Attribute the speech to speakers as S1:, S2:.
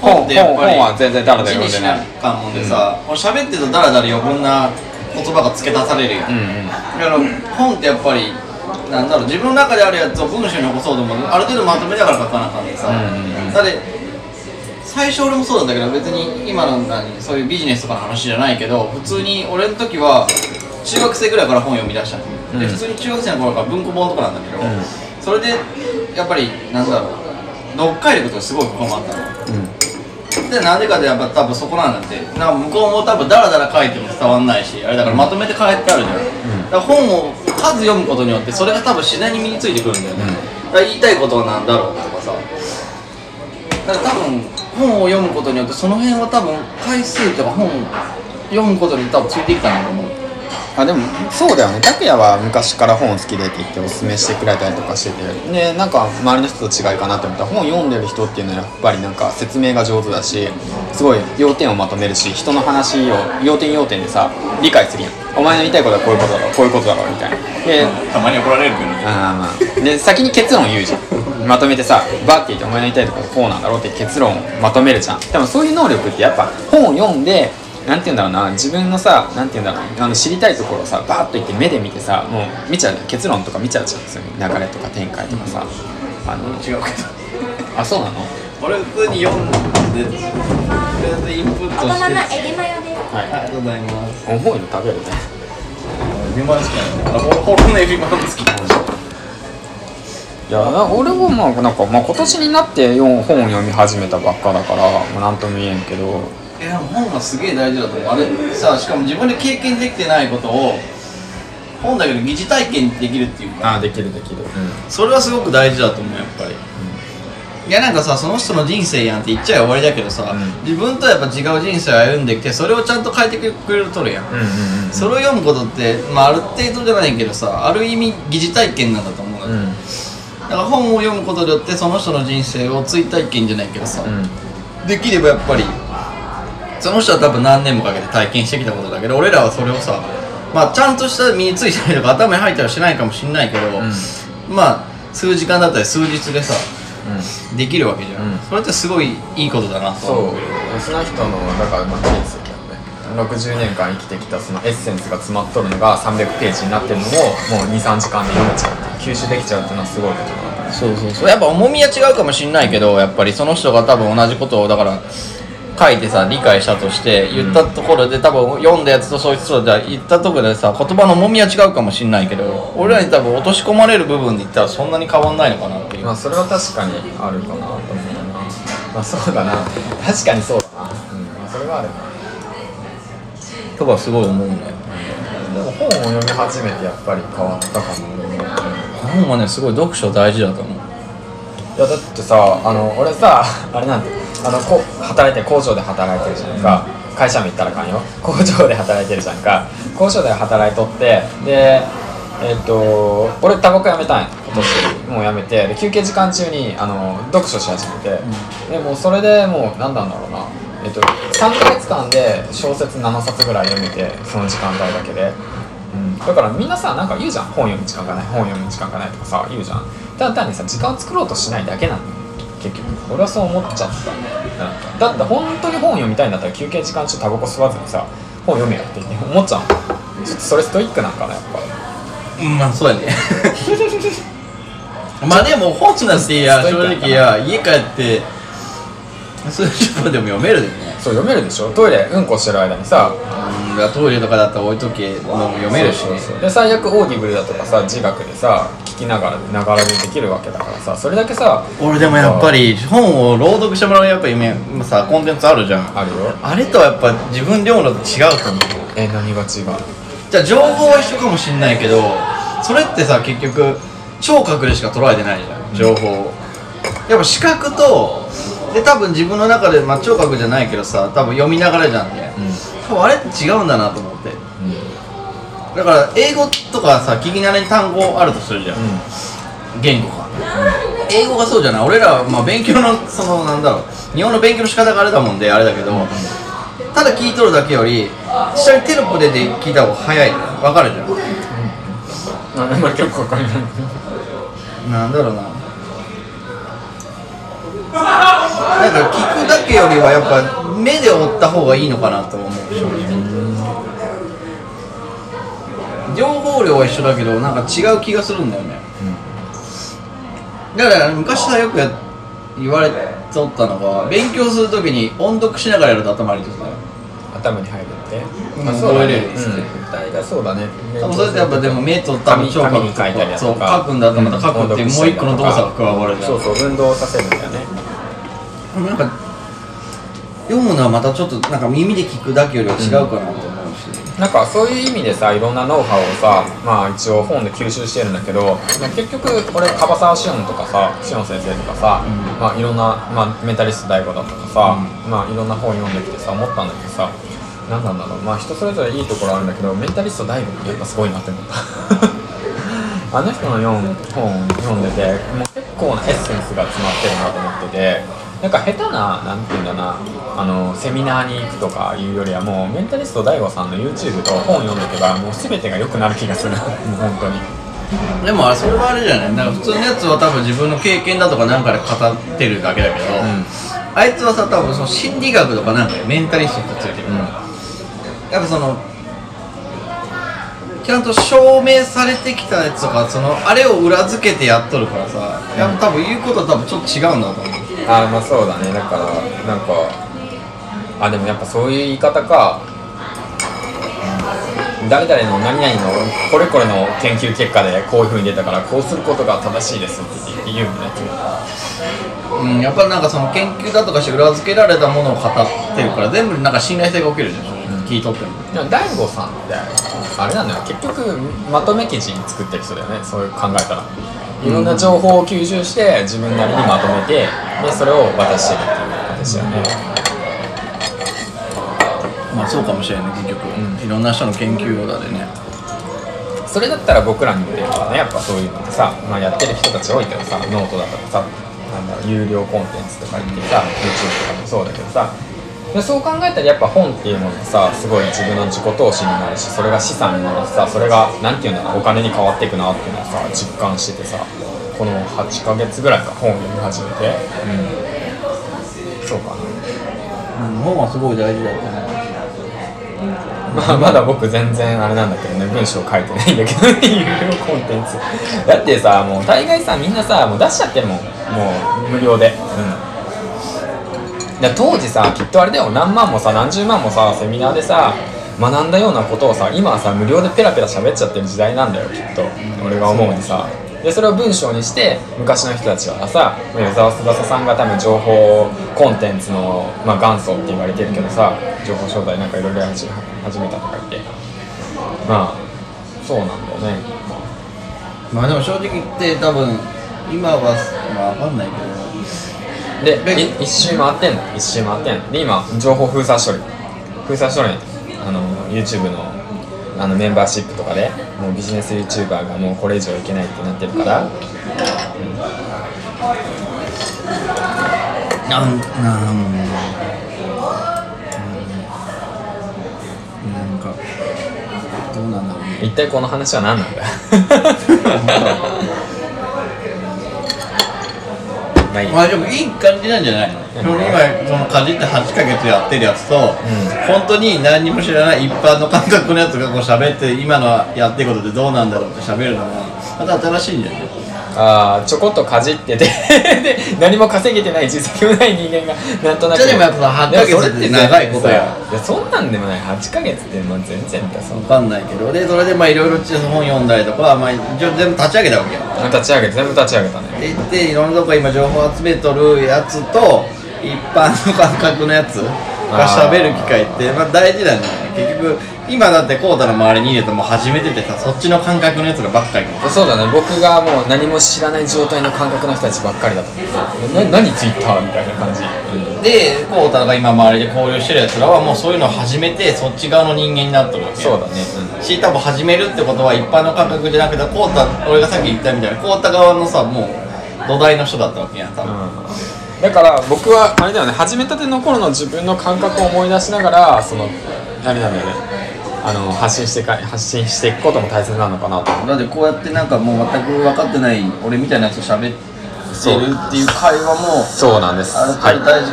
S1: 本ってやっぱり
S2: 本は全然ダラダラ
S1: 字
S2: 読
S1: に
S2: ん
S1: し
S2: で
S1: な
S2: ない
S1: いかんもんでさ、俺喋ってるとダラダラ余分な言葉が付け足されるやん、
S2: うん
S1: だから本ってやっぱりなんだろう自分の中であるやつを文章に起こそうと思うある程度まとめながら書かなあかんでさ、
S2: うんうんうん
S1: だって最初俺もそうだったけど別に今の何そういうビジネスとかの話じゃないけど普通に俺の時は中学生ぐらいから本読み出したの、
S2: うん
S1: で普通に中学生の頃から文庫本とかなんだけど、
S2: うん
S1: それでやっぱりなんだろう読解力とかすごい困ったの
S2: うんうん
S1: でなんでかってやっぱ多分そこなんだってなんか向こうも多分ダラダラ書いても伝わんないしあれだからまとめて書いてあるじゃん、だから本を数読むことによってそれが多分次第に身についてくるんだよね、だから言いたいことは何だろうとかさだから多分本を読むことによってその辺は多分回数とか本を読むことに多分ついてきたんだと思う
S2: あでもそうだよね拓哉は昔から本好きでって言っておすすめしてくれたりとかしててねなんか周りの人と違いかなって思ったら本読んでる人っていうのはやっぱりなんか説明が上手だしすごい要点をまとめるし人の話を要点要点でさ理解するやんお前の言いたいことはこういうことだろこういうことだろみたいなで
S3: たまに怒られるけどね
S2: あーまあで先に結論言うじゃんまとめてさバーって言ってお前の言いたいとここうなんだろうって結論をまとめるじゃんでもそういう能力ってやっぱ本を読んでなんて言うんだろうな自分のさなんて言うんだろうなあの知りたいところをさバーッと言って目で見てさもう見ちゃうじゃん結論とか見ちゃうじゃんそういう流れとか展開とかさあの
S1: 違うこと
S2: あそうなの
S1: 俺普通に読んでそれでインプットして
S4: 大人の
S1: あ
S4: エビマヨです
S1: りがとうございます
S2: 重いの食べるね
S1: エビマン好きなのあほほろのエビマン好きなの
S2: いやな俺はまあなんか、まあ、今年になってよん本を読み始めたばっかだから、まあ、なんとも言えんけど
S1: いやでも本がすげえ大事だと思うあれさしかも自分で経験できてないことを本だけど疑似体験できるっていうか
S2: あできるできる、
S1: それはすごく大事だと思うやっぱり、いやなんかさその人の人生やんって言っちゃえば終わりだけどさ、
S2: うん
S1: 自分とはやっぱ違う人生を歩んできてそれをちゃんと変えてくれるとるやん、
S2: うんうんうん
S1: それを読むことって、まあ、ある程度じゃないけどさある意味疑似体験なんだと思うのよ、
S2: うん
S1: だから本を読むことによってその人の人生を追体験じゃないけどさ、
S2: うん
S1: できればやっぱりその人は多分何年もかけて体験してきたことだけど俺らはそれをさまあちゃんとした身についたりとか頭に入ったりはしないかもしんないけど、
S2: う
S1: まあ数時間だったり数日でさ
S2: うん
S1: できるわけじゃん、
S2: うん
S1: それってすごいいいことだなと
S2: そ
S1: 思う
S2: うその人のだからまあ人生だよね60年間生きてきたそのエッセンスが詰まっとるのが300ページになってるのをもう23時間で読めちゃうっていう吸収できちゃうっていうのはすごいことだな
S1: そうそうそうやっぱ重みは違うかもしんないけどやっぱりその人が多分同じことをだから書いてさ理解したとして言ったところで多分読んだやつとそいつとで言ったところでさ言葉の重みは違うかもしんないけど俺らに多分落とし込まれる部分で言ったらそんなに変わんないのかなっていう
S2: まあそれは確かにあるかなと思うなまあそうだな確かにそうだなうんまあそれはあるな
S1: とかすごい思うね
S2: でも本を読み始めてやっぱり変わったかな
S1: 本はねすごい読書大事だと思う
S2: いやだってさあの俺さあれなんてあのこ働いてる工場で働いてるじゃんか、会社名言ったらあかんよ工場で働いてるじゃんか工場で働いとってでえっと俺タバコやめたんや今年もうやめてで休憩時間中にあの読書し始めて、でもうそれでもう何なんだろうなえっと3ヶ月間で小説7冊ぐらい読めてその時間帯だけでうんだからみんなさなんか言うじゃん本読む時間がない本読む時間がないとかさ言うじゃんただ単にさ時間を作ろうとしないだけなのよ結局俺はそう思っちゃったねうんだって本当に本読みたいんだったら休憩時間中タバコ吸わずにさ本読めよって言って思っちゃうもんちょっとそれストイックなんかなやっぱ
S1: うんまあそうや ねまあでも本なんていや正直や家帰って数十分でも読めるよね
S2: そう読めるでしょトイレうんこしてる間にさ
S1: うんだからトイレとかだったら置いとけもう読めるしね
S2: そうそうそうで最悪オーディブルだとかさ字幕でさ聞きながらながらでできるわけだからさそれだけさ
S1: 俺でもやっぱり本を朗読してもらうやっぱ今さコンテンツあるじゃん
S2: あるよ
S1: あれとはやっぱ自分で読むのと違うと思う
S2: え何が違う
S1: じゃあ情報は一緒かもしんないけどそれってさ結局聴覚でしか捉えてないじゃん情報をやっぱ視覚とで多分自分の中で、まあ、聴覚じゃないけどさ多分読みながらじゃんね、多分あれって違うんだなと思って
S2: うん
S1: だから英語とかさ聞き慣れに単語あるとするじゃん、
S2: うん
S1: 言語か英語がそうじゃない俺らはまあ勉強のそのなんだろう日本の勉強の仕方があれだもんであれだけどただ聞いとるだけより下にテロップ出て聞いた方が早いわかるじゃん
S2: なんだ結構わかんない
S1: なんだろうななんか聞くだけより
S3: りはやっぱ
S1: 目で追った方がいいのかなと思う正直情報量は一緒だけどなんか違う気がするんだよね、だから昔さよくや言われとったのが勉強するときに音読しながらやると頭にとか
S2: 頭に入るって、
S1: うん
S2: うん
S1: 覚えれる
S2: 大体そうだね
S1: 多分それってやっぱでも目とった
S2: 紙
S1: 聴覚
S2: 紙に書いたりだ
S1: そ
S2: と
S1: う
S2: か
S1: 書くんだとまた書くっていうもう一個の動作が加わるじゃん
S2: そうそう運動させるんだよね
S1: なんか読むのはまたちょっとなんか耳で聞くだけよりは違うかなと思うし、
S2: なんかそういう意味でさいろんなノウハウをさまあ一応本で吸収してるんだけど結局俺樺沢志音とかさ志音先生とかさ、まあいろんな、まあ、メタリスト DAIGO だとかさ、まあいろんな本読んできてさ思ったんだけどさ何なんだろうまあ人それぞれいいところあるんだけどメンタリスト DAIGO ってやっぱすごいなって思ったあの人の本本読んでてもう結構なエッセンスが詰まってるなと思っててなんか下手な、なんていうんだな、あの、セミナーに行くとかいうよりは、もう、メンタリスト DAIGO さんの YouTube と本読んでけば、もう全てが良くなる気がする。もう 本当に。
S1: でもあれそれはあれじゃないなんか普通のやつは多分自分の経験だとかなんかで語ってるだけだけど、
S2: ん
S1: あいつはさ多分その心理学とかなんかでメンタリストってついてる、
S2: うん。
S1: やっぱそのちゃんと証明されてきたやつとかそのあれを裏付けてやっとるからさ、やっぱ多分言うことは多分ちょっと違うんだと思う
S2: あまあそうだねだからなんかあでもやっぱそういう言い方か誰々の何々のこれこれの研究結果でこういうふうに出たからこうすることが正しいですって言うみたいな
S1: うん、やっぱりなんかその研究だとかして裏付けられたものを語ってるから全部なんか信頼性が起きるでしょ、聞いとっても
S2: でも大悟さんってあれなんだよ結局まとめ記事作ってる人だよねそういう考えたらいろんな情報を吸収して自分なりにまとめてでそれを渡してるっていう形だよね
S1: まあそうかもしれない結局、
S2: うん
S1: いろんな人の研究だでね
S2: それだったら僕らにもできるからねやっぱそういうのってさ、まあ、やってる人たち多いけどさノートだとかさなんだろう有料コンテンツとか言ってさ YouTube とかもそうだけどさでそう考えたらやっぱ本っていうものってさすごい自分の自己投資になるしそれが資産になるしさそれがなんていうんだろうお金に変わっていくなっていうのをさ実感しててさこの8ヶ月ぐらいか本を読み始めてうんそうかな
S1: 本はすごい大事だよね
S2: まあ、まだ僕全然あれなんだけどね文章書いてないんだけどね有料コンテンツだってさもう大概さみんなさもう出しちゃってるもんもう無料でうんで当時さきっとあれだよ何万もさ何十万もさセミナーでさ学んだようなことをさ今はさ無料でペラペラ喋っちゃってる時代なんだよきっと俺が思うにさでそれを文章にして昔の人たちはさ矢沢翼さんが多分情報コンテンツの、まあ、元祖って言われてるけどさ情報商材なんかいろいろ始めたとか言ってまあそうなんだよね
S1: まあでも正直言って多分今はまあ分かんないけど
S2: で
S1: で
S2: い一周回ってんの一周回ってんので今情報封鎖処理封鎖処理あの YouTube のあのメンバーシップとかでもうビジネス YouTuber がもうこれ以上いけないってなってるから
S1: なんなんうんなんかどうなんだろうね
S2: 一体この話は何なんだ まあいい
S1: まあでもいい感じなんじゃないのその今そのかじって8ヶ月やってるやつと、本当に何にも知らない一般の感覚のやつがこう喋って今のやってることってどうなんだろうって喋るのはまた新しいんじゃない
S2: あーちょこっとかじっててで何も稼げてない実績もない人間がなんとなく
S1: じゃあでもやっぱ8ヶ月
S2: いやそれ
S1: って長いことや
S2: いやそんなんでもない8ヶ月ってまあ全然だそ
S1: わかんないけどでそれでまあいろいろ本読んだりとか、まあ、一応全部立ち上げたわけよ
S2: う立ち上げて全部立ち上げたね
S1: で行っていろんなとこ今情報集めとるやつと一般の感覚のやつが喋る機会ってまあ大事なんじゃない結局今だってコウタの周りにいるともう初めててさそっちの感覚のやつがばっかり
S2: そうだね僕がもう何も知らない状態の感覚の人たちばっかりだと思うな何ツイッターみたいな感じ、
S1: でコウタが今周りで交流してるやつらはもうそういうのを始めてそっち側の人間になっとるわけ
S2: そうだね、
S1: し多分始めるってことは一般の感覚じゃなくてコウタ俺がさっき言ったみたいなコウタ側のさもう土台の人だったわけやん多分、
S2: うん、だから僕はあれだよね始めたての頃の自分の感覚を思い出しながらそのあれなんだよねあの発信してか発信していくことも大切なのかなと
S1: だってこうやってなんかもう全く分かってない俺みたいなやつと喋ってるっていう会話も
S2: そうなんです
S1: あれ大事かも、